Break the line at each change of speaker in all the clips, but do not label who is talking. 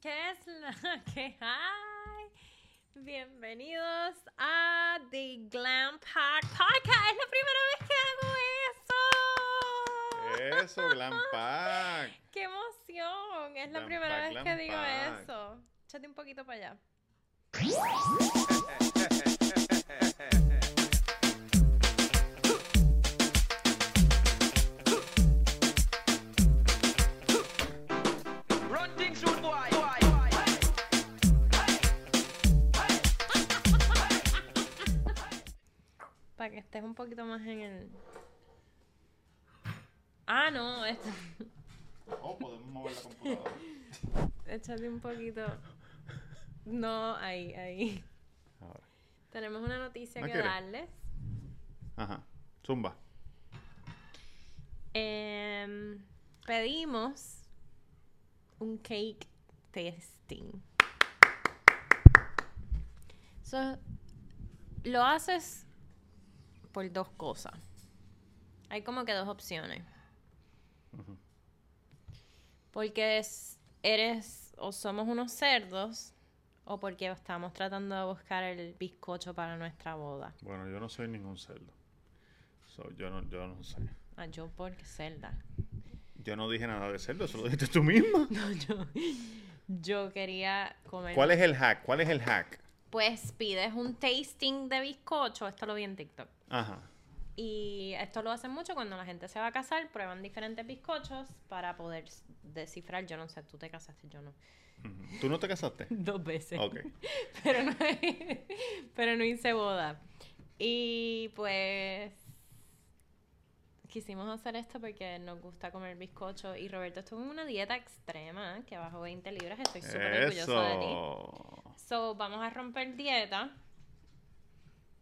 ¿Qué es lo que hay? Bienvenidos a The Glam Pack Podcast. Es la primera vez que hago eso.
Eso, Glam Pack.
¡Qué emoción! Es la
Glam
primera
pack,
vez
glam
que digo
pack.
eso. Échate un poquito para allá.
Run things with why. why, why.
Para que estés un poquito más en el. Ah, no. esto-
Oh, podemos mover la computadora.
Échate un poquito. No, ahí, ahí.
Ahora.
Tenemos una noticia
¿No
que
quiere?
darles.
Ajá. Zumba.
Em, pedimos un cake tasting. So, lo haces por dos cosas. Hay como que dos opciones. Porque es- eres o somos unos cerdos o porque estamos tratando de buscar el bizcocho para nuestra boda.
Bueno, yo no soy ningún cerdo. So, yo, no, yo no sé.
Ah, yo porque cerda.
Yo no dije nada de cerdo, eso lo dijiste tú misma.
No, yo, yo quería comer.
¿Cuál es el hack? ¿Cuál es el hack?
Pues pides un tasting de bizcocho, esto lo vi en TikTok.
Ajá.
Y esto lo hacen mucho cuando la gente se va a casar, prueban diferentes bizcochos para poder s- descifrar. Yo no sé, tú te casaste, yo no.
Ujú. ¿Tú no te casaste?
Dos veces.
Ok.
Pero no, pero no hice boda. Y pues quisimos hacer esto porque nos gusta comer bizcocho. Y Roberto estuvo en una dieta extrema, que bajó 20 libras. Estoy súper orgullosa de ti.
Eso.
So, vamos a romper dieta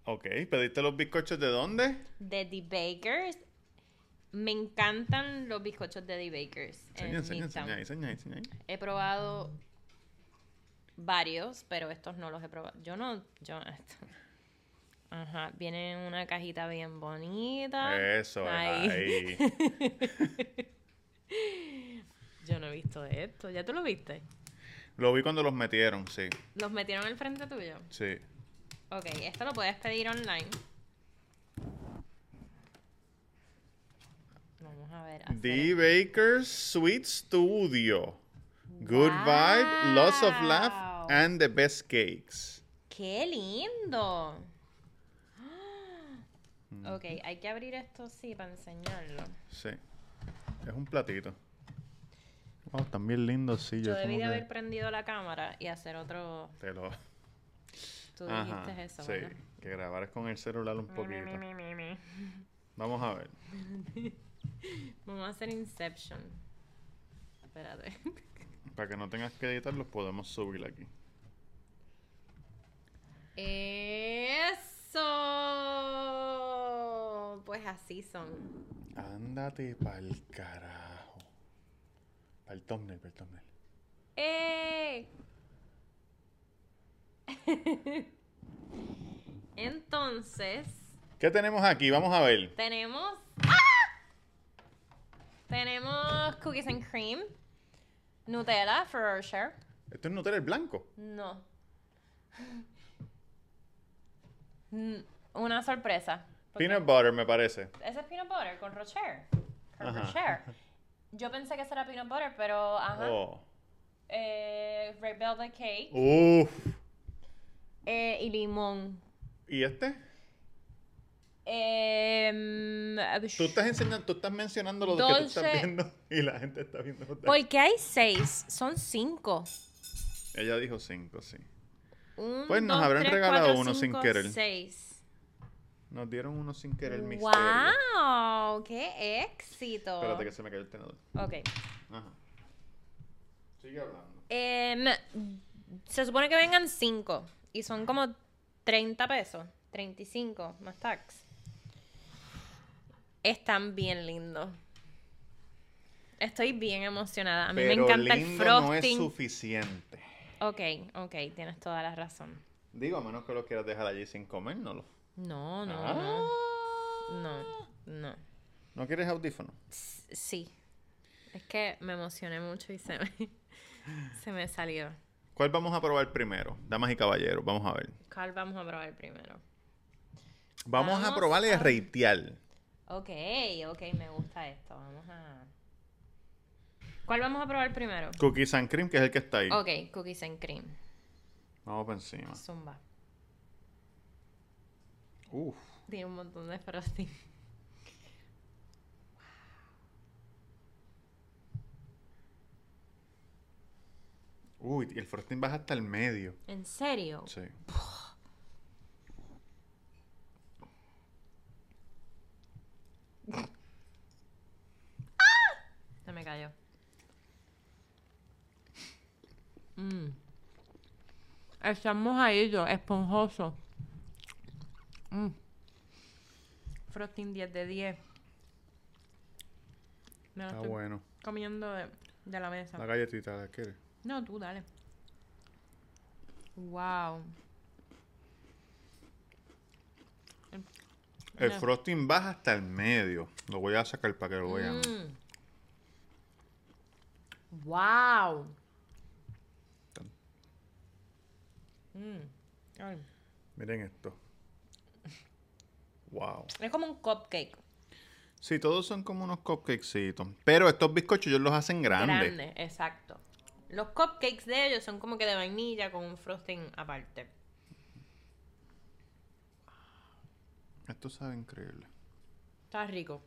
Ok, ¿pediste los bizcochos de dónde?
de The Bakers. Me encantan los bizcochos de The Bakers. en
Enseña, enseña,
Midtown.
enseña, ahí, enseña, ahí, enseña. ahí.
He probado varios, pero estos no los he probado. Yo no, yo esto. Ajá, viene en una cajita bien bonita.
Eso,
Ah, Ahí.
ahí.
Yo no he visto esto. ¿Ya tú lo viste?
Lo vi cuando los metieron, sí.
¿Los metieron al frente tuyo?
Sí.
Ok, esto lo puedes pedir online. Vamos a ver. hacer
The Baker's Sweet Studio. Good vibe, lots of
Wow.
laugh, and the best cakes.
¡Qué lindo! Ok, hay que abrir esto sí para enseñarlo.
Sí. Es un platito. Wow, están bien lindos, sí.
Yo
como
debí de
que
haber prendido la cámara y hacer otro.
Te lo...
Tú
Ajá,
dijiste eso,
sí.
¿verdad?
Que grabaras con el celular un poquito. Vamos a ver.
Vamos a hacer Inception. Espérate.
Para que no tengas que editar, los podemos subir aquí.
¡Eso! Pues así son.
Ándate pa'l carajo. Pa'l thumbnail, pa'l thumbnail.
¡Eh! Entonces.
¿Qué tenemos aquí? Vamos a ver.
Tenemos. ¡Ah! Tenemos cookies and cream. Nutella, for sure.
Esto es Nutella el blanco.
No. Mm, Una sorpresa. porque
Peanut butter, me parece.
Ese es peanut butter con Rocher. Con
Ajá.
Rocher. Yo pensé que ese era peanut butter, pero ajá.
Oh.
Eh, red velvet cake.
Uf. Oh.
Eh, y limón.
¿Y este?
Em,
Tú estás enseñando, tú estás mencionando lo que tú estás
Dulce.
viendo y la gente está viendo. lo de-
¿Por qué hay seis? Son cinco.
Ella dijo cinco, sí.
Un,
Pues nos
dos,
habrán
tres,
regalado
cuatro,
uno sin
cinco,
querer.
seis.
Nos dieron uno sin querer el misterio.
¡Wow! ¡Qué éxito!
Espérate que se me cayó el tenedor.
Ok.
Ajá. Sigue hablando.
Em, se supone que vengan cinco y son como 30 pesos, 35 más tax. Están bien lindos. Estoy bien emocionada. A mí
Pero
me encanta el
lindo no es
frosting.
suficiente.
ok, ok, tienes toda la razón.
Digo, a menos que lo quieras dejar allí sin comérnoslo.
No, no,
Ah.
no. No, no.
¿No quieres audífono?
S- Ah. Sí. Es que me emocioné mucho y se me, se me salió.
¿Cuál vamos a probar primero? Damas y caballeros, vamos a ver.
¿Cuál vamos a probar primero?
Vamos, a
Vamos
probar el
a-
reitear.
Ok, ok, me gusta esto. Vamos a... ¿Cuál vamos a probar primero?
Cookies and cream, que es el que está ahí.
Ok, cookies and cream.
Vamos por encima.
Zumba.
Uf.
Tiene un montón de frosting.
Uy, y el frosting baja hasta el medio.
¿En serio?
Sí.
Se me cayó. Mm. Está mojadillo, esponjoso. Mm. Frosting 10 de 10. Me lo
Está
estoy
bueno.
comiendo de, de la mesa.
La galletita, ¿la quieres?
No, tú dale. Wow.
El
No.
frosting baja hasta el medio. Lo voy a sacar para que
Mm.
lo vean.
Wow.
Tan.
Mm.
Miren esto. Wow.
Es como un cupcake.
Sí, todos son como unos cupcakesitos. Pero estos bizcochos ellos los hacen grandes.
Grande, exacto. Los cupcakes de ellos son como que de vainilla con un frosting aparte.
Esto sabe increíble.
Está rico.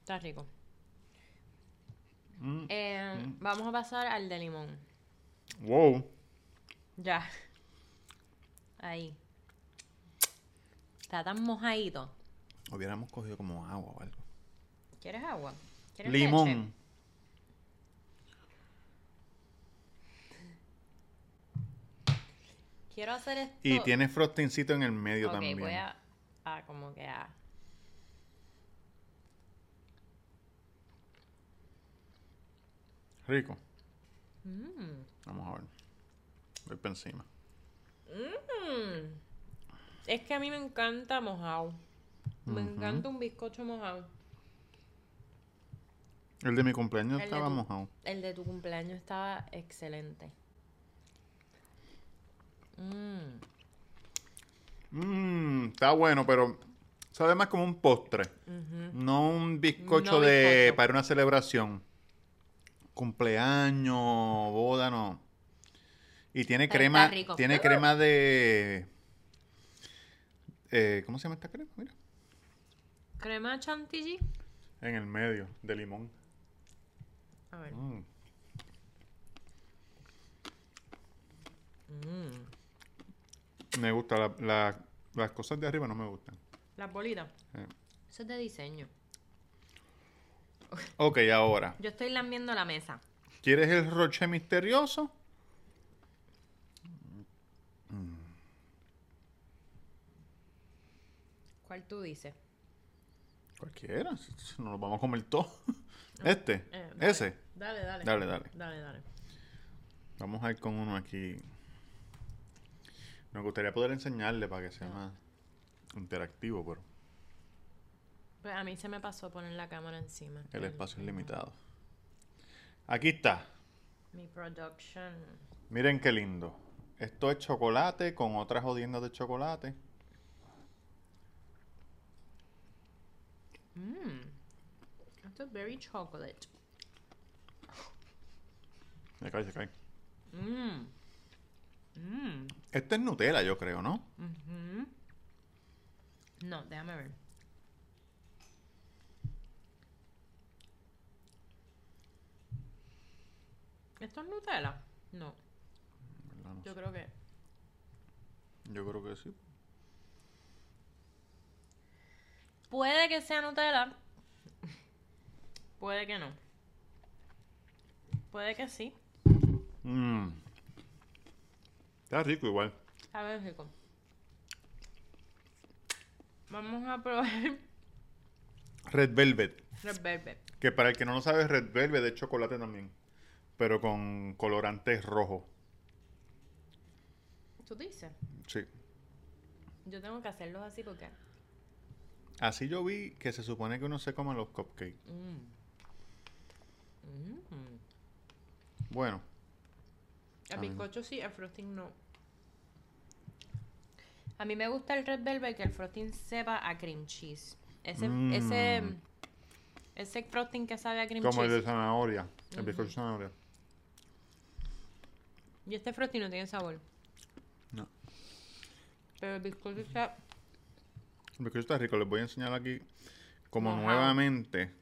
Está rico.
Mm,
Eh, Vamos a pasar al de limón.
Wow.
Ya. Ahí. Está tan mojadito.
Hubiéramos cogido como agua o algo.
¿Quieres agua? ¿Quieres leche?
Limón.
Quiero hacer esto.
Y tiene frostingcito en el medio
Ok,
también.
voy a, a como que a...
Rico. Vamos a ver. Voy para encima.
Mm. Es que a mí me encanta mojado. Me encanta un bizcocho mojado.
El de mi cumpleaños
El de
estaba
tu-
mojado.
El de tu cumpleaños estaba excelente. Mm.
Mmm, está bueno, pero sabe más como un postre. No un bizcocho
No
de
bizcocho.
para una celebración. Cumpleaños, boda, no. Y tiene
Pero
crema,
está rico.
tiene crema de eh, ¿cómo se llama esta crema? Mira,
Crema chantilly.
en el medio de limón.
A ver.
Mm. Me gusta la- la- las cosas de arriba no me gustan.
Las bolitas.
Eh.
Eso es de diseño.
Ok, ahora.
Yo estoy lambiendo la mesa.
¿Quieres el roche misterioso?
¿Cuál tú dices?
Cualquiera, si- si no lo vamos a comer todo. Este,
Eh, pues. dale.
ese.
Dale, dale.
Dale, dale.
Dale, dale.
Vamos a ir con uno aquí. Nos gustaría poder enseñarle para que sea más interactivo, pero
Pues a mí se me pasó poner la cámara encima. Mm.
el espacio es limitado. Aquí está.
Mi production.
Miren qué lindo. Esto es chocolate con otras jodiendas de chocolate.
Esto es very chocolate.
Se cae, se cae.
Mmm. Mmm.
Este es Nutella, yo creo, ¿no?
Mm-hmm. No, déjame ver. ¿Esto es Nutella? No,
¿Verdad? No
yo creo que.
sé. Yo creo que sí.
Puede que sea Nutella. Puede que no. Puede que sí.
Mm. Está rico igual.
A ver, rico. Vamos a probar
Red Velvet.
Red Velvet.
Que para el que no lo sabe, Red Velvet es chocolate también. Pero con colorantes rojos.
¿Tú dices?
Sí.
Yo tengo que hacerlos así porque.
Así yo vi que se supone que uno se come los cupcakes.
Mm.
Bueno,
El
A mí-
bizcocho sí, el frosting no. A mí me gusta el red velvet que el frosting sepa a cream cheese. Ese,
Mm.
ese, ese frosting que sabe a cream
como el
cheese.
de zanahoria, el bizcocho de zanahoria.
Y este frosting no tiene sabor.
No.
Pero el bizcocho está.
El bizcocho está rico, les voy a enseñar aquí como
Mojado.
nuevamente.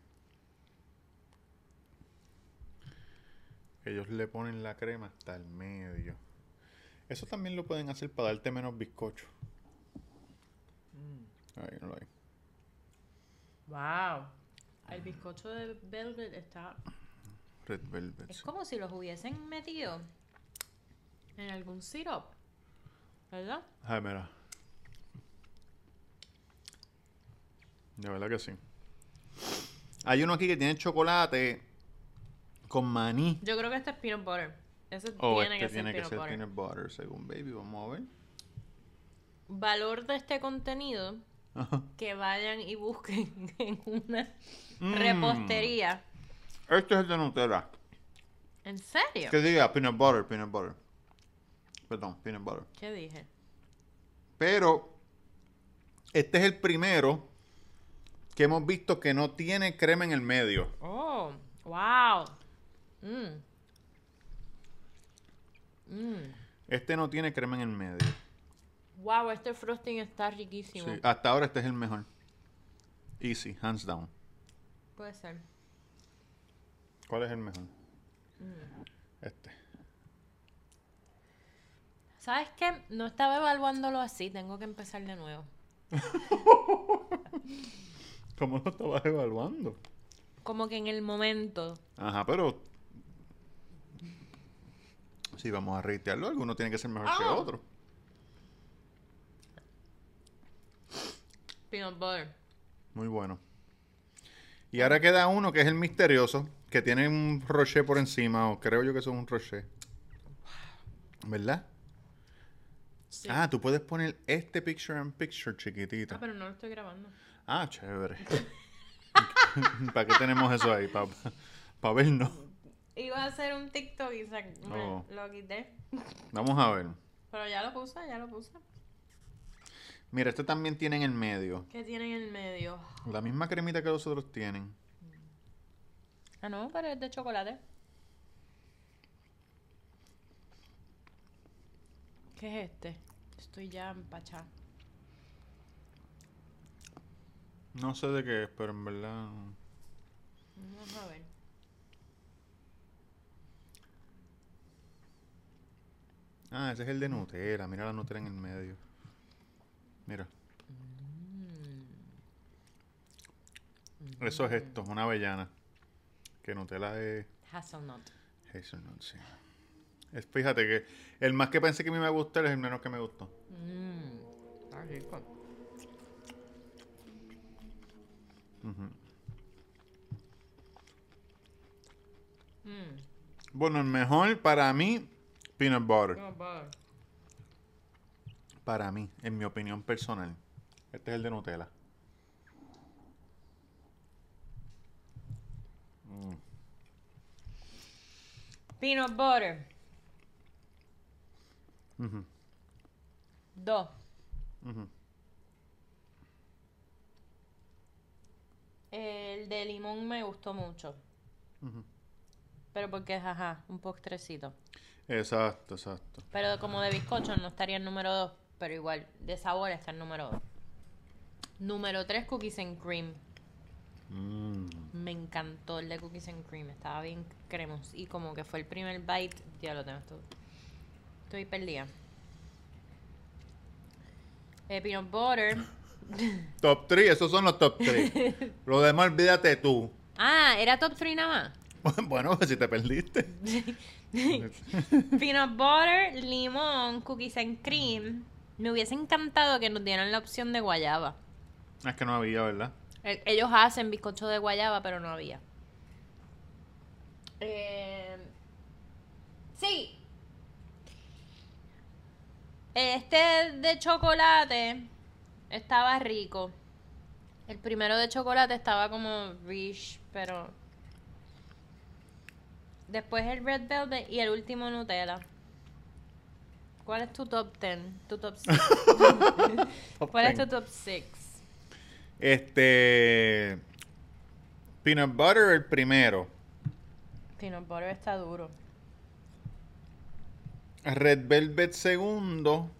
Ellos le ponen la crema hasta el medio. Eso también lo pueden hacer para darte menos bizcocho.
Mm.
Ahí no lo hay.
¡Wow! El bizcocho de velvet está.
Red Velvet.
Es
sí.
como si los hubiesen metido en algún syrup. ¿Verdad?
Ay, mira. De verdad que sí. Hay uno aquí que tiene chocolate con maní.
Yo creo que este es peanut butter. Ese
O
tiene
este
que ser
tiene que
peanut
ser
butter.
peanut butter, según Baby. Vamos a ver.
valor de este contenido
Ajá.
que vayan y busquen en una
Mm.
repostería.
Este es el de Nutella.
¿En serio?
Que diga peanut butter, peanut butter. Perdón, peanut butter.
¿Qué dije?
Pero este es el primero que hemos visto que no tiene crema en el medio.
Oh, wow. Mm. Mm.
Este no tiene crema en el medio.
Wow, este frosting está
Sí,
riquísimo.
hasta ahora este es el mejor. Easy, hands down.
Puede ser.
¿Cuál es el mejor?
Mm.
Este.
¿Sabes qué? No estaba evaluándolo así, tengo que empezar de nuevo.
¿Cómo lo estabas evaluando?
Como que en el momento.
Ajá, pero. Si vamos a reitearlo, alguno tiene que ser mejor que
Ah.
otro.
Peanut butter.
Muy bueno.
Ah.
Y ahora queda uno que es el misterioso, que tiene un rocher por encima, o creo yo que eso es un rocher. ¿Verdad?
Sí.
Ah, tú puedes poner este picture and picture chiquitito.
Ah, pero no lo estoy grabando.
Ah, chévere. ¿Para qué tenemos eso ahí? ¿Para vernos?
Iba a hacer un TikTok y sac- me-
Oh.
lo quité.
Vamos a ver.
Pero ya lo puse, ya lo puse.
Mira, este también tiene en el medio.
¿Qué tiene en el medio?
La misma cremita que los otros tienen.
Ah, no, pero es de chocolate. ¿Qué es este? Estoy ya empachada.
No sé de qué es, pero en verdad...
Vamos a ver.
Ah, ese es el de Nutella. Mira la Nutella en el medio. Mira. Eso es esto, una avellana. Que Nutella es
Hazelnut.
hazelnut, sí. Es, fíjate que el más que pensé que me iba a gustar es el menos que me gustó.
Mmm. Está rico. Mmm.
Bueno, el mejor para mí, peanut butter. Para mí, en mi opinión personal. Este es el de Nutella.
Peanut butter.
Ujú.
Dos.
Ujú.
El de limón me gustó mucho. Pero porque es, ajá, un postrecito.
Exacto, exacto.
Pero como de bizcocho no estaría el número 2, pero igual, de sabor está el número 2. Número 3, cookies and cream.
Mm.
Me encantó el de cookies and cream, estaba bien cremos. Y como que fue el primer bite, ya lo tengo todo. Estoy perdida. Eh, peanut butter.
Top 3, esos son los top 3. Lo demás, olvídate tú.
Ah, era top 3 nada más.
Bueno, pues si te perdiste.
Peanut butter, limón, cookies and cream. Me hubiese encantado que nos dieran la opción de guayaba.
Es que no había, ¿verdad?
Eh, Ellos hacen bizcocho de guayaba, pero no había. Eh, sí. Este de chocolate estaba rico. El primero de chocolate estaba como rich, pero Después el Red Velvet y el último Nutella. ¿Cuál es tu top 10? ¿Tu top 6?
Top
¿Cuál es tu
ten.
top 6?
Este. Peanut butter el primero.
Peanut butter está duro.
Red Velvet segundo.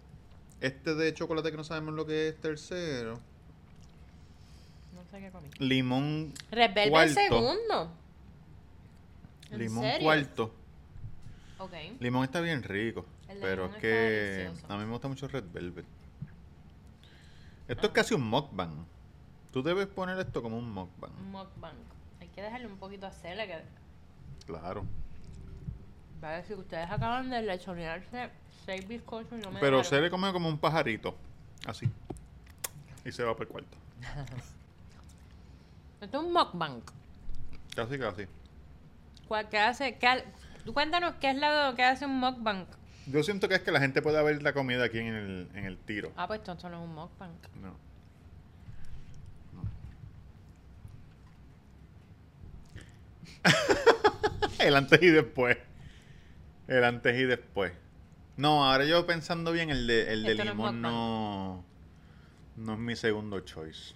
Este de chocolate que no sabemos lo que es tercero.
No sé qué comí.
Limón.
Red Velvet
Cuarto.
segundo. ¿En
Limón
serio?
cuarto.
Ok.
Limón está bien rico.
El de
Pero
limón
es
está
que
delicioso.
a mí me gusta mucho Red Velvet. Esto es casi un mukbang. Tú debes poner esto como un mukbang.
Mukbang. Hay que dejarle un poquito hacerle que... Mm.
Claro.
Vale, si ustedes acaban de lechonearse seis bizcochos y no me
Pero
dejaron.
se le come como un pajarito. Así. Y se va por el cuarto.
Esto es un mukbang.
Casi, casi.
¿Cuál que hace? ¿Qué al- Tú cuéntanos qué es lo que hace un mukbang.
Yo siento que es que la gente puede ver la comida aquí en el, en el tiro.
Ah, pues esto no es un mukbang.
No. No. el antes y después. El antes y después. No, ahora yo pensando bien, el de, el de
Esto no es
limón
mukbang.
no, no es mi segundo choice.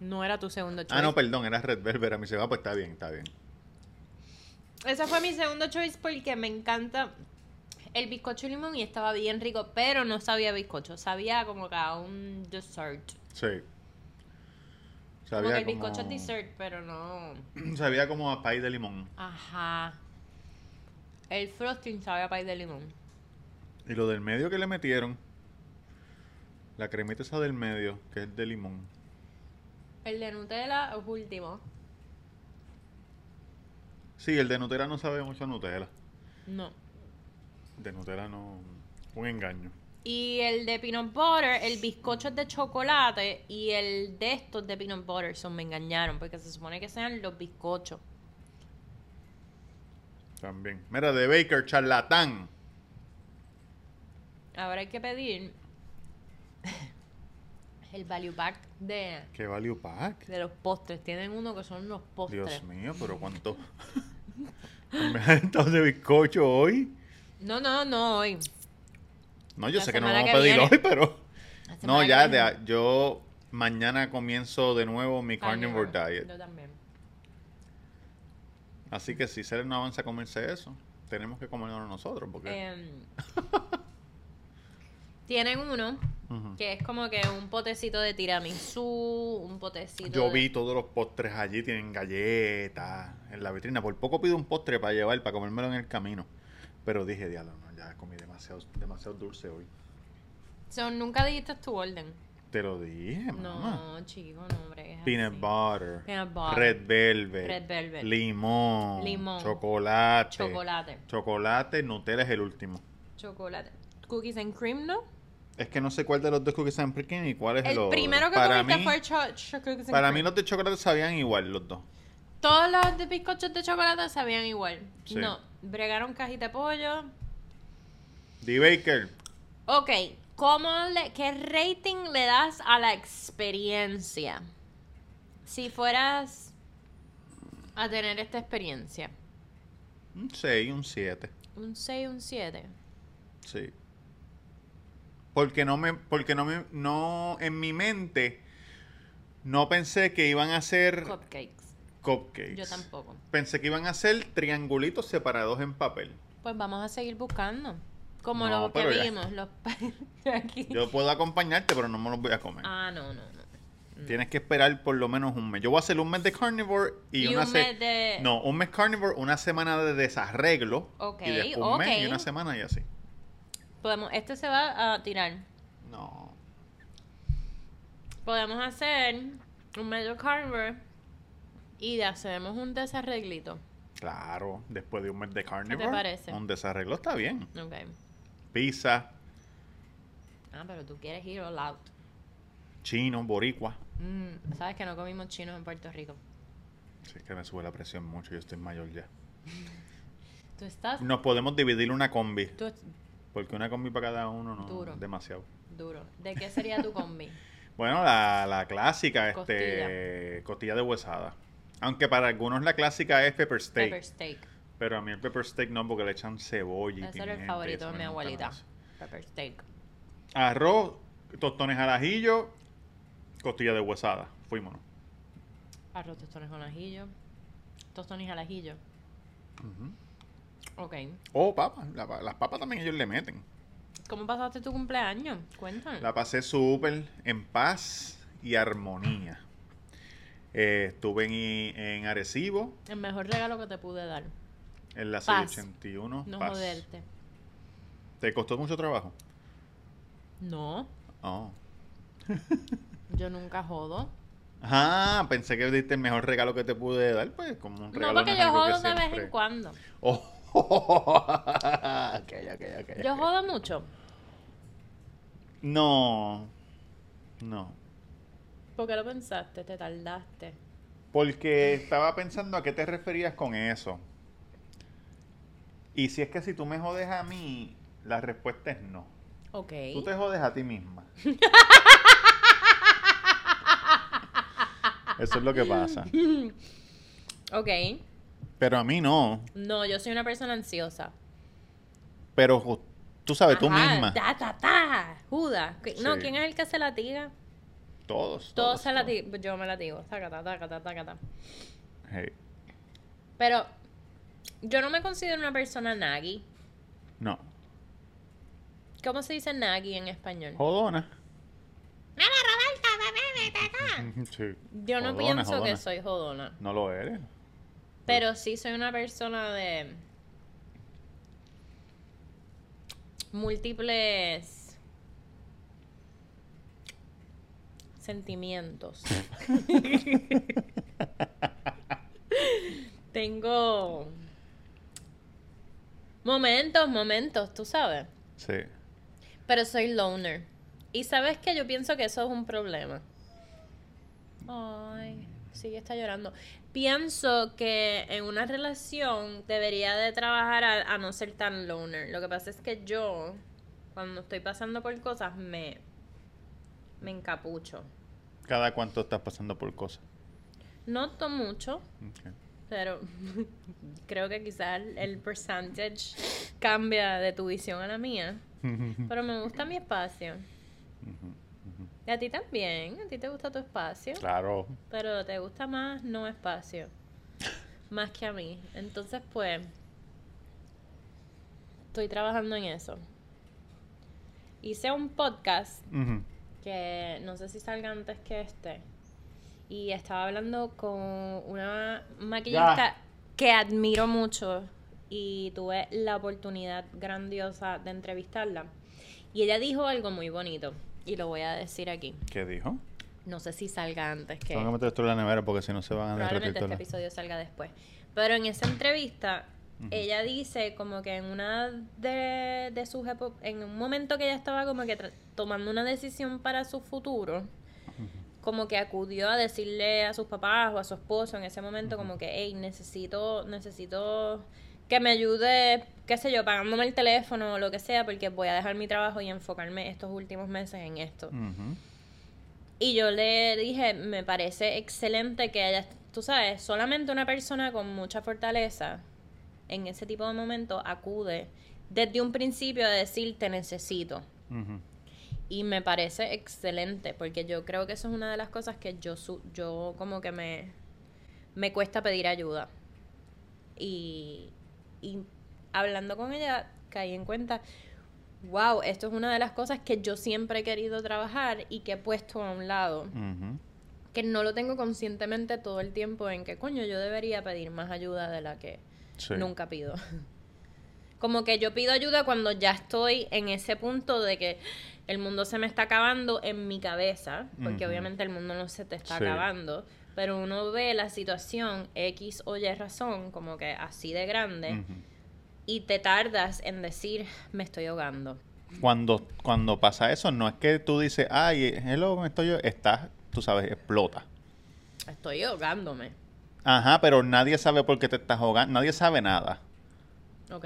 No era tu segundo choice.
Ah, no, perdón, era Red Velvet. A mí se va, pues está bien, está bien.
Ese fue mi segundo choice porque me encanta el bizcocho y limón y estaba bien rico, pero no sabía bizcocho. Sabía como que a un dessert.
Sí.
Como que el
como-
bizcocho es dessert, pero no.
Sabía como a pay de limón.
Ajá. El frosting sabe a país de limón.
Y lo del medio que le metieron. La cremita esa del medio, que es de limón.
El de Nutella es último.
Sí, el de Nutella no sabe mucho a Nutella.
No.
De Nutella no. Un engaño.
Y el de peanut butter, el bizcocho es de chocolate y el de estos de peanut butter son me engañaron porque se supone que sean los bizcochos.
También. Mira, de Baker, charlatán.
Ahora hay que pedir el value pack de,
Qué value pack.
de los postres. Tienen uno que son los postres.
Dios mío, pero cuánto. Me han estado de bizcocho hoy.
No, no, no, hoy.
No, yo
La
sé que no
semana
vamos a
que
pedir
viene.
hoy, pero.
La semana
No,
que
ya,
viene.
de- yo mañana comienzo de nuevo mi carnivore diet.
Yo también.
Así que si Seren no avanza a comerse eso, tenemos que comerlo nosotros. Porque...
Em, tienen uno
Ujú.
que es como que un potecito de tiramisú, un potecito
Yo
de-
vi todos los postres allí, tienen galletas en la vitrina. Por poco pido un postre para llevar, para comérmelo en el camino. Pero dije, diablo, no, ya comí demasiado, demasiado dulce hoy.
So, nunca dijiste tu orden.
Te lo dije, mamá.
No, chico, no, hombre. es
Peanut
así.
butter,
Peanut butter.
red, velvet,
Red velvet.
limón,
Limón.
chocolate,
Chocolate.
chocolate, Nutella es el último.
Chocolate. Cookies and cream, ¿no?
Es que no sé cuál de los dos cookies and cream y cuál es
El
el otro.
primero que
Pues para
comiste
mí,
fue el cho- cho- cookies and
Para mí
cream.
los de chocolate sabían igual los dos.
Todos los de bizcochos de chocolate sabían igual.
Sí.
No, bregaron cajita de pollo.
D. Baker,
Ok, ¿cómo le, ¿qué rating le das a la experiencia? Si fueras a tener esta experiencia.
un 6, un 7.
Un 6, un 7.
Sí. Porque no me, porque no me, no, en mi mente, no pensé que iban a ser
Cupcakes.
cupcakes.
Yo tampoco.
Pensé que iban a ser triangulitos separados en papel.
Pues vamos a seguir buscando. Como
No,
lo que
pero ya.
vimos, los pa- aquí.
Yo puedo acompañarte, pero no me los voy a comer.
Ah, no, no, no.
Tienes que esperar por lo menos un mes. Yo voy a hacer un mes de carnivore y,
Y
una
un
se-
mes de-
No, un mes carnivore, una semana de desarreglo.
Ok,
y después un mes y
ok.
una semana y así.
Podemos, este se va a tirar.
No.
Podemos hacer un medio carver y hacemos un desarreglito.
Claro, después de un mes de carnivore.
parece?
Un desarreglo está bien.
Ok.
Pizza,
Ah, pero tú quieres ir all out.
chino, boricua.
Mm, Sabes que no comimos chinos en Puerto Rico.
Sí, es que me sube la presión mucho, yo estoy mayor ya.
Tú estás
Nos podemos dividir una combi,
tú es-
porque una combi para cada uno no
Duro.
es demasiado.
duro. ¿De qué sería tu combi?
Bueno, la, la clásica, este, costilla de huesada. Aunque para algunos la clásica es pepper steak,
Pepper steak.
Pero a mí el pepper steak no, porque le echan cebolla y
Ese era
pimienta
el
y
favorito
eso
de mi
me gusta
abuelita.
más.
Pepper steak.
Arroz, tostones al ajillo, costilla de huesada. Fuímonos.
Arroz, tostones con ajillo. Tostones al ajillo. Ok.
Oh, papas. La pa- las papas también ellos le meten.
¿Cómo pasaste tu cumpleaños? Cuéntame.
La pasé súper en paz y armonía. Eh, estuve en, I- en Arecibo,
El mejor regalo que te pude dar.
en la
Paz.
681.
No
paz.
joderte.
¿Te costó mucho trabajo?
No,
Oh.
yo nunca jodo.
Ah, pensé que diste el mejor regalo que te pude dar, pues, como un
No,
regalo.
porque
es
yo
algo que
jodo de vez en
siempre-
cuando.
Oh. ok, ok, ok,
Yo
ok.
jodo mucho.
No. No.
¿Por qué lo pensaste? Te tardaste.
Porque estaba pensando a qué te referías con eso. Y si es que si tú me jodes a mí, la respuesta es no.
Ok.
Tú te jodes a ti misma. Eso es lo que pasa.
Ok.
Pero a mí no.
No, yo soy una persona ansiosa.
Pero ju- tú sabes, Ah, tú
Ajá,
misma.
Ta, ta, ta. Juda. Que- No,
Sí.
¿quién es el que se latiga?
Todos.
Todos se latigan. Yo me latigo. Taca, ta, taca, ta, taca, ta.
Hey,
Pero yo no me considero una persona naggy.
No.
¿Cómo se dice naggy en español?
Jodona.
Mira, Roberta, bebé, vete acá.
Sí.
Yo no
Jodona,
pienso
jodona.
que soy jodona.
No lo eres.
Pero sí soy una persona de múltiples sentimientos. Tengo momentos, momentos, tú sabes.
Sí.
Pero soy loner. Y sabes que yo pienso que eso es un problema. Ay, sí, está llorando. Pienso que en una relación debería de trabajar a, a no ser tan loner. Lo que pasa es que yo, cuando estoy pasando por cosas, me, me encapucho.
Cada cuánto estás pasando por cosas.
Noto mucho,
Ok.
pero creo que quizás el, el percentage cambia de tu visión a la mía. Pero me gusta mi espacio.
Ujú, ujú.
Y a ti también, a ti te gusta tu espacio,
Claro.
pero te gusta más no espacio, más que a mí. Entonces, pues, estoy trabajando en eso. Hice un podcast
Ujú.
que no sé si salga antes que este, y estaba hablando con una maquillista que admiro mucho y tuve la oportunidad grandiosa de entrevistarla. Y ella dijo algo muy bonito, y lo voy a decir aquí.
¿Qué dijo?
No sé si salga antes que.
Tengo que meter esto en la nevera porque si no se van a derretir
Probablemente este
todas las-
episodio salga después. Pero en esa entrevista,
Ujú.
ella dice como que en una de, de sus epo- en un momento que ella estaba como que tra- tomando una decisión para su futuro, como que acudió a decirle a sus papás o a su esposo en ese momento como que, hey, necesito, necesito que me ayude, qué sé yo, pagándome el teléfono o lo que sea, porque voy a dejar mi trabajo y enfocarme estos últimos meses en esto.
Ujú.
Y yo le dije, me parece excelente que haya, tú sabes, solamente una persona con mucha fortaleza en ese tipo de momento acude desde un principio a decir te necesito.
Ujú.
Y me parece excelente, porque yo creo que eso es una de las cosas que yo, su- yo como que me, me cuesta pedir ayuda. Y, y hablando con ella, caí en cuenta, wow, esto es una de las cosas que yo siempre he querido trabajar y que he puesto a un lado
Ujú.
que no lo tengo conscientemente todo el tiempo en que coño yo debería pedir más ayuda de la que
Sí.
nunca pido. Como que yo pido ayuda cuando ya estoy en ese punto de que el mundo se me está acabando en mi cabeza, porque
Ujú.
obviamente el mundo no se te está
Sí.
acabando, pero uno ve la situación X o Y razón como que así de grande
Ujú.
y te tardas en decir me estoy ahogando.
Cuando, cuando pasa eso, no es que tú dices, ay, hello, me estoy yo. Estás, tú sabes, explota.
Estoy ahogándome.
Ajá, pero nadie sabe por qué te estás ahogando. Nadie sabe nada.
Ok.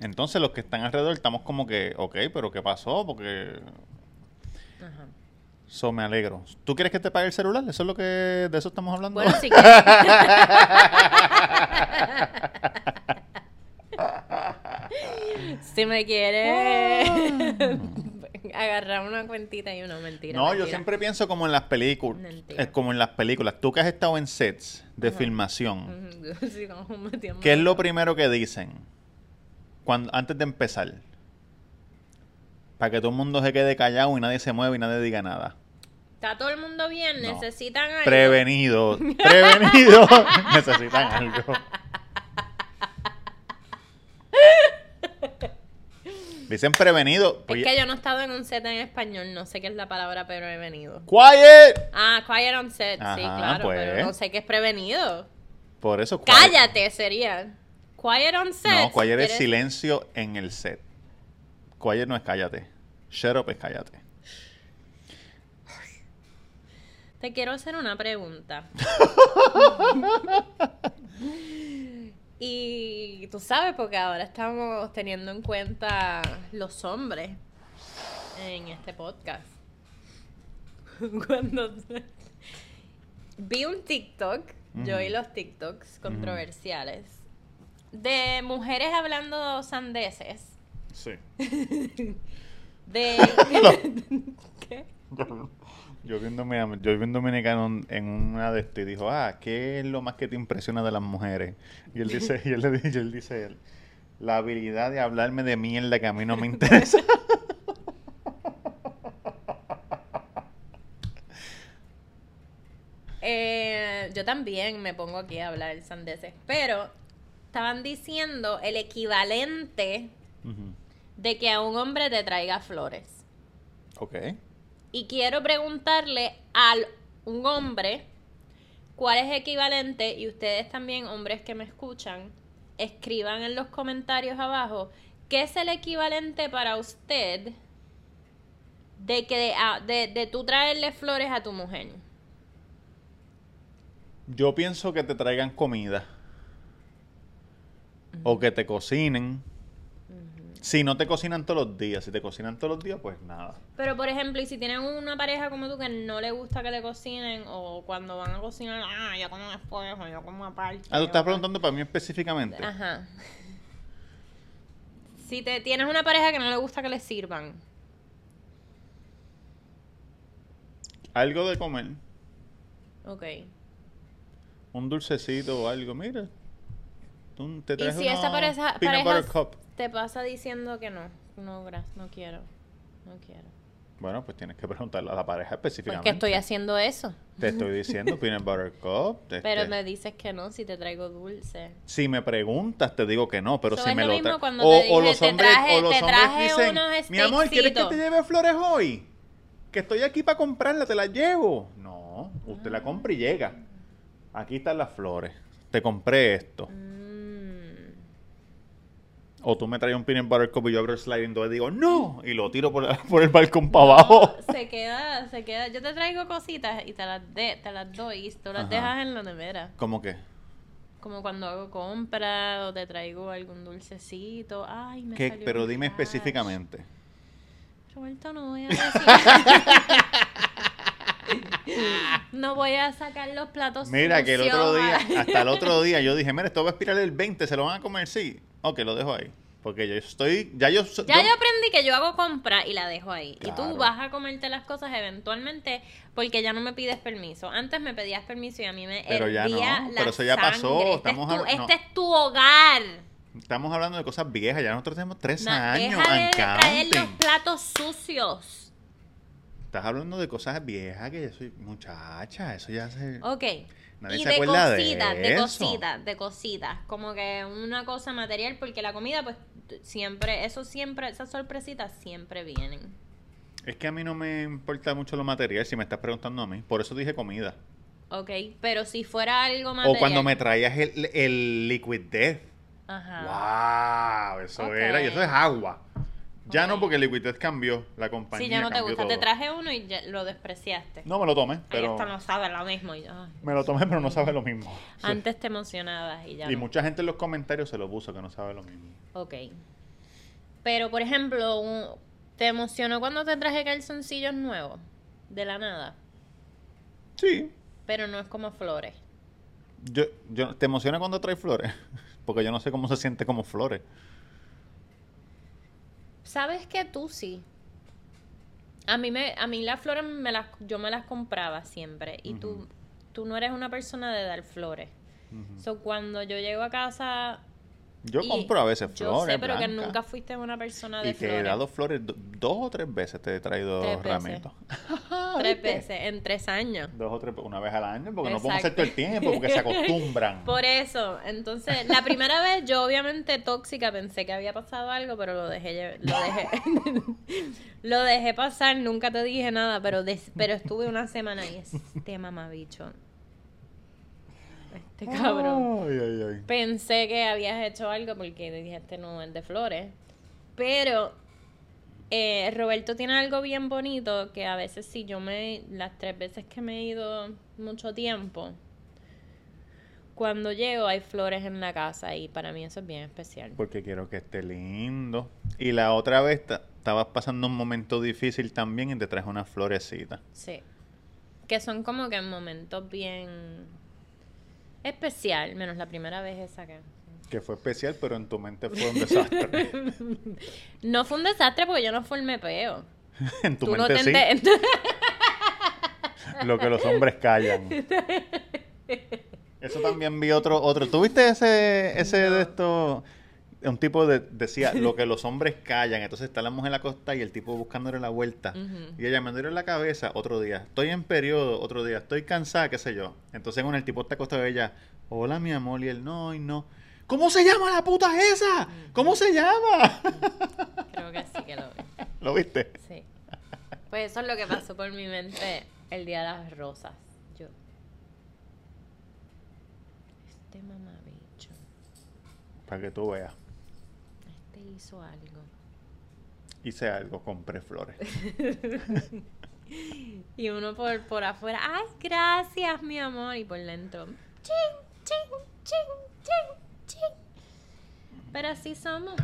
Entonces los que están alrededor estamos como que, ok, pero ¿qué pasó? Porque
Ajá.
eso me alegro. ¿Tú quieres que te pague el celular? Eso es lo que, de eso estamos hablando.
Bueno, si quieres. Si me quieres agarrar una cuentita y una mentira.
No, yo
mentira.
siempre pienso como en las películas.
Mentira.
eh, como en las películas. Tú que has estado en sets de filmación,
Ujú, sí, como me metí en
¿qué es
mano.
lo primero que dicen cuando, antes de empezar? Para que todo el mundo se quede callado y nadie se mueva y nadie diga nada.
Está todo el mundo bien,
No.
necesitan algo.
Prevenido, prevenido. Necesitan algo. Dicen prevenido.
Es
pues
que
ya-
yo no he estado en un set en español, no sé qué es la palabra, pero he venido.
¡Quiet!
Ah, quiet on set, sí,
Ajá,
claro,
pues.
pero no sé qué es prevenido.
Por eso. quiet.
Cállate sería. Quiet on set.
No, quiet es
eres-
silencio en el set. Quiet no es cállate. Shut up es cállate.
Te quiero hacer una pregunta. y tú sabes, porque ahora estamos teniendo en cuenta los hombres en este podcast. Cuando vi un TikTok, yo vi
Ujú.
los TikToks controversiales de mujeres hablando sandeces.
Sí.
De. ¿Qué?
Yo viéndome, yo vi un dominicano en- en una de este y dijo, ah, ¿qué es lo más que te impresiona de las mujeres? Y él dice, y él, le di- y él dice, él, la habilidad de hablarme de mierda que a mí no me interesa.
Eh, yo también me pongo aquí a hablar sandeces, pero estaban diciendo el equivalente
Ujú.
de que a un hombre te traiga flores.
ok.
Y quiero preguntarle al un hombre cuál es equivalente y ustedes también, hombres que me escuchan, escriban en los comentarios abajo qué es el equivalente para usted de que a- de, de tú traerle flores a tu mujer.
Yo pienso que te traigan comida. O que te cocinen. Si no te cocinan todos los días, si te cocinan todos los días, pues nada.
Pero por ejemplo, y si tienen una pareja como tú que no le gusta que le cocinen o cuando van a cocinar, ah, yo como después o yo como aparte.
Ah, tú
yo
estás
como-".
preguntando para mí específicamente.
Ajá. Si te tienes una pareja que no le gusta que le sirvan.
Algo de comer,
Ok.
un dulcecito o algo, mira. tú te
Y
traes
si esa
unos
pareja,
peanut
pareja
butter cup.
te pasa diciendo que no, no gracias, no quiero, no quiero.
Bueno, pues tienes que preguntarle a la pareja específicamente.
Porque Pues, estoy haciendo eso.
Te estoy diciendo peanut butter cup. este,
Pero me dices que no si te traigo dulce.
Si me preguntas, te digo que no, pero
Eso
si
es
me
lo
lo
mismo
tra-
cuando
o,
te
o
dije,
los
te
hombres,
traje-
o los
te
hombres
traje
dicen,
unos
mi amor, ¿quieres que te
steaksitos?"
lleve flores hoy? Que estoy aquí para comprarla, te la llevo. No, usted
Ah.
la compra y llega. Aquí están las flores. Te compré esto.
Mm.
O tú me traes un peanut butter cup y yo abro el sliding door y digo, ¡no! Y lo tiro por, por el balcón para abajo.
No, se queda, se queda. Yo te traigo cositas y te las, de, te las doy y tú las
Ajá.
dejas en la nevera.
¿Cómo que?
Como cuando hago compras o te traigo algún dulcecito. Ay, me
¿Qué?
salió
Pero
un
dime
flash.
específicamente.
Roberto, no voy a decir. no voy a sacar los platos
Mira que el otro
sucios.
día, hasta el otro día yo dije, mira, esto va a expirar el 20, se lo van a comer, sí. Ok, lo dejo ahí. Porque yo estoy, ya yo... so-
Ya yo aprendí que yo hago compra y la dejo ahí. Y
Claro.
tú vas a comerte las cosas eventualmente porque ya no me pides permiso. Antes me pedías permiso y a mí me
Pero ya
hervía
no,
la
pero eso ya pasó,
sangre.
estamos
este, es tu,
hab- no.
este es tu hogar.
Estamos hablando de cosas viejas, ya nosotros tenemos tres
Na-
años.
Deja de
and
traer los
counting.
platos sucios.
Estás hablando de cosas viejas que yo soy muchacha, eso ya se...
Ok.
Nadie
Oh, y
se
de
acuerda de
cositas, de,
eso.
cositas, de cositas. Como que una cosa material, porque la comida, pues t- siempre, eso siempre, esas sorpresitas siempre vienen.
Es que a mí no me importa mucho lo material si me estás preguntando a mí. Por eso dije comida.
Ok. Pero si fuera algo material.
O cuando me traías el, el Liquid Death.
Ajá.
¡Wow! Eso
Ah. Ok.
era. Y eso es agua. Ya no,
Ok.
porque el Liquid Death cambió. La compañía.
Si ya no te
Pues cambió
gusta, te
todo.
traje uno y ya lo despreciaste.
No me lo tomé,
Ahí
pero.
hasta no sabe lo mismo. y yo, ay.
Me lo tomé, pero no sabe lo mismo. Sí.
Antes te emocionabas y ya.
Y
no.
mucha gente en los comentarios se lo puso que no sabe lo mismo.
Ok. Pero, por ejemplo, un- ¿te emocionó cuando te traje calzoncillos nuevos? De la nada.
Sí.
Pero no es como flores.
Yo, yo, ¿Te emociona cuando traes flores? Porque yo no sé cómo se siente como flores.
¿Sabes que tú sí? A mí, me, a mí las flores me las, yo me las compraba siempre y
Ujú.
tú, tú no eres una persona de dar flores.
Ujú.
So, cuando yo llego a casa...
Yo
y-
compro a veces flores.
Yo sé, pero que
blancas.
nunca fuiste una persona de
Y que he
flores.
dado flores do- dos o tres veces te he traído
Tres veces.
ramitos.
Tres veces, en tres años.
Dos o tres, una vez al año, porque no podemos hacer
Exacto.
todo el tiempo, porque se acostumbran.
Por eso, entonces, la primera vez yo obviamente tóxica pensé que había pasado algo, pero lo dejé, lle- lo dejé, lo dejé pasar, nunca te dije nada, pero, des- pero estuve una semana y este mamabicho, este cabrón,
Ay, ay, ay.
pensé que habías hecho algo porque dije, este no es de flores, pero eh, Roberto tiene algo bien bonito que a veces si yo me, las tres veces que me he ido mucho tiempo, cuando llego hay flores en la casa y para mí eso es bien especial.
Porque quiero que esté lindo. Y la otra vez ta- estabas pasando un momento difícil también y te traes una florecita.
Sí. Que son como que momentos bien especial, menos la primera vez esa que...
Que fue especial, pero en tu mente fue un desastre.
No fue un desastre porque yo no formé peo.
en tu
Tú no te
mente sí.
enter-
Lo que los hombres callan. Eso también vi otro, otro. ¿Tuviste ese, ese de esto? Un tipo de- decía lo que los hombres callan. Entonces está la mujer en la costa y el tipo buscándole la vuelta.
Ujú.
Y ella me duele la cabeza otro día. Estoy en periodo otro día. Estoy cansada, qué sé yo. Entonces con el tipo está acostado y ella, hola mi amor. Y él, no, y no. ¿Cómo se llama la puta esa? ¿Cómo se llama?
Creo que sí que lo vi.
¿Lo viste?
Sí. Pues eso es lo que pasó por mi mente el día de las rosas. Yo. Este mamabicho.
Para que tú veas.
Este hizo algo.
Hice algo, compré flores.
Y uno por, por afuera, ay, gracias, mi amor. Y por dentro, ching, ching, ching, ching, ching. Pero así somos.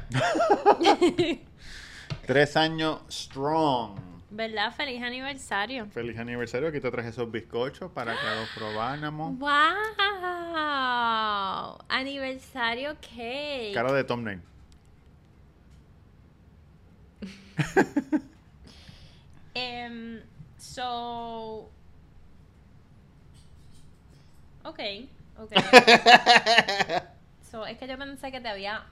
Tres años strong.
¿Verdad? Feliz aniversario.
Feliz aniversario, aquí te traje esos bizcochos para que los probáramos.
¡Wow! Aniversario cake.
Cara de thumbnail.
Em, so. Ok, ok. so, es que yo pensé que te había.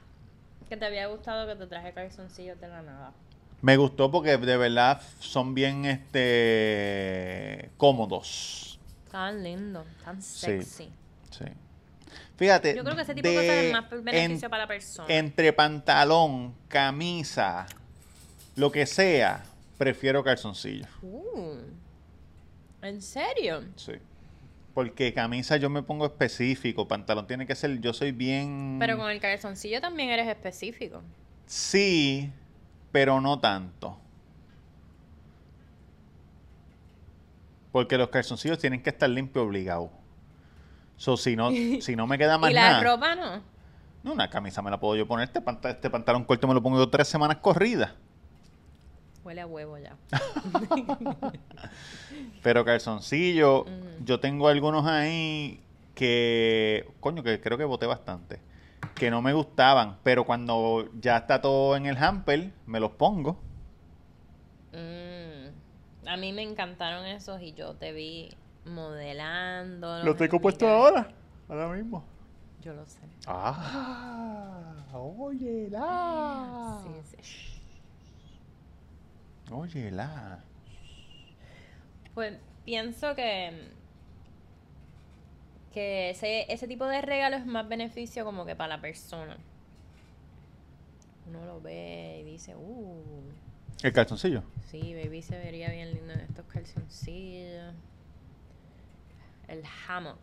Que te había gustado que te traje calzoncillos de la nada.
Me gustó porque de verdad son bien este cómodos.
Tan lindo, tan
Sí.
sexy.
Sí. Fíjate.
Yo creo que ese tipo de, cosas es más beneficio
en-
para la persona.
Entre pantalón, camisa, lo que sea, prefiero calzoncillo.
Uh, ¿En serio?
Sí. Porque camisa yo me pongo específico, pantalón tiene que ser, yo soy bien...
Pero con el calzoncillo también eres específico.
Sí, pero no tanto. Porque los calzoncillos tienen que estar limpios obligado. So, si no, si no me queda más
y la
nada.
ropa no.
No, una camisa me la puedo yo poner. Este, panta- este pantalón corto me lo pongo yo tres semanas corridas.
Huele a huevo ya.
Pero calzoncillo,
Ujú.
yo tengo algunos ahí que, coño, que creo que boté bastante. Que no me gustaban. Pero cuando ya está todo en el hamper, me los pongo.
Mm, a mí me encantaron esos y yo te vi modelando.
Los tengo puestos ahora, ahora mismo.
Yo lo sé.
Ah, oye la.
Sí, sí.
Oye la.
Pues pienso que que ese, ese tipo de regalo es más beneficio como que para la persona. Uno lo ve y dice, uh,
El calzoncillo.
sí, baby se vería bien lindo en estos calzoncillos. El hammock.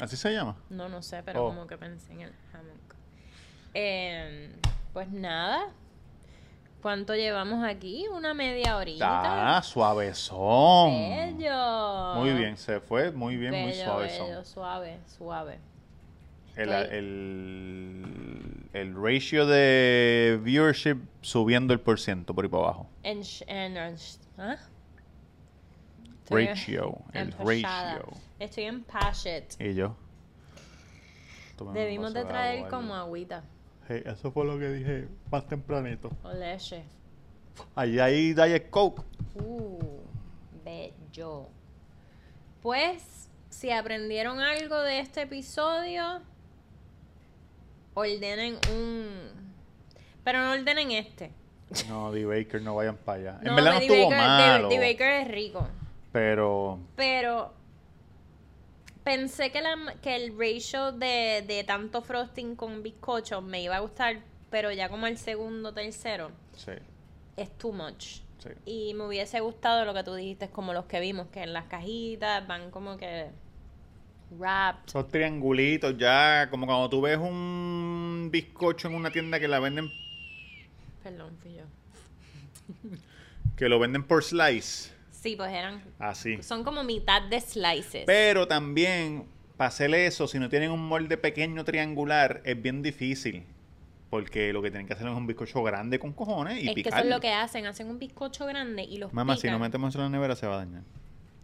Así se llama.
No, no sé, pero
Oh.
como que pensé en el hammock. Em, pues nada. ¿Cuánto llevamos aquí? Una media horita.
Está Ah, suavezón.
Bello.
Muy bien, se fue muy bien, muy
Bello,
suavezón.
bello, suave, suave.
El,
Ok.
el, el ratio de viewership subiendo el por ciento por ahí para abajo.
En, sh- en, en sh- ¿ah? Estoy
Ratio. El
empachada.
ratio.
Estoy en Pashet.
Y yo. Tomé un
Debimos
vaso
de traer
agua,
como
algo.
agüita
Hey, eso fue lo que dije más tempranito.
o leche.
Allí hay Diet Coke.
Uh, bello. Pues, si aprendieron algo de este episodio, ordenen un... Pero no ordenen este.
No, The Baker, no vayan para allá.
No,
en verdad no
Betty
estuvo
Baker-
malo.
Betty Baker es rico.
Pero
Pero pensé que, la, que el ratio de, de tanto frosting con bizcocho me iba a gustar, pero ya como el segundo, tercero,
sí,
es too much.
sí.
Y me hubiese gustado lo que tú dijiste, como los que vimos, que en las cajitas van como que wrapped.
Esos triangulitos ya, como cuando tú ves un bizcocho en una tienda que la venden,
Perdón, fui yo.
que lo venden por slice.
Sí, pues eran.
Así.
Son como mitad de slices.
Pero también, para hacer eso, si no tienen un molde pequeño triangular, es bien difícil. Porque lo que tienen que hacer es un bizcocho grande con cojones y
es que eso
picarlo.
es lo que hacen. Hacen un bizcocho grande y los
Mamá, si
pican.
no metemos eso en la nevera se va a dañar.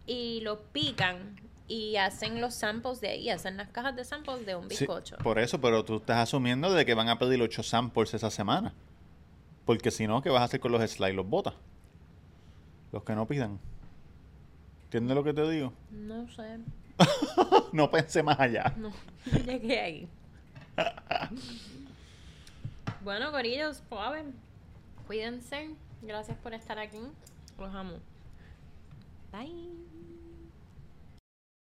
y los pican y hacen los samples de ahí, hacen las cajas de samples de un
Sí,
bizcocho.
por eso, pero tú estás asumiendo de que van a pedir 8 samples esa semana. Porque si no, ¿qué vas a hacer con los slides? Los botas. Los que no pidan. ¿Entiendes lo que te digo?
No sé,
no pensé más allá.
no, no llegué ahí. bueno, gorillos, suave. Cuídense. Gracias por estar aquí. Los amo. Bye.